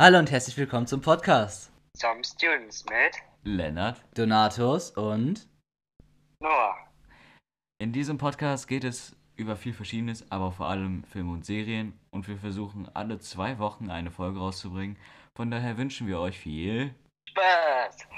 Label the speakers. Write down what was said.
Speaker 1: Hallo und herzlich willkommen zum Podcast.
Speaker 2: Some Students mit
Speaker 3: Lennart.
Speaker 1: Donatus und
Speaker 2: Noah.
Speaker 3: In diesem Podcast geht es über viel Verschiedenes, aber vor allem Filme und Serien. Und wir versuchen alle zwei Wochen eine Folge rauszubringen. Von daher wünschen wir euch viel
Speaker 2: Spaß!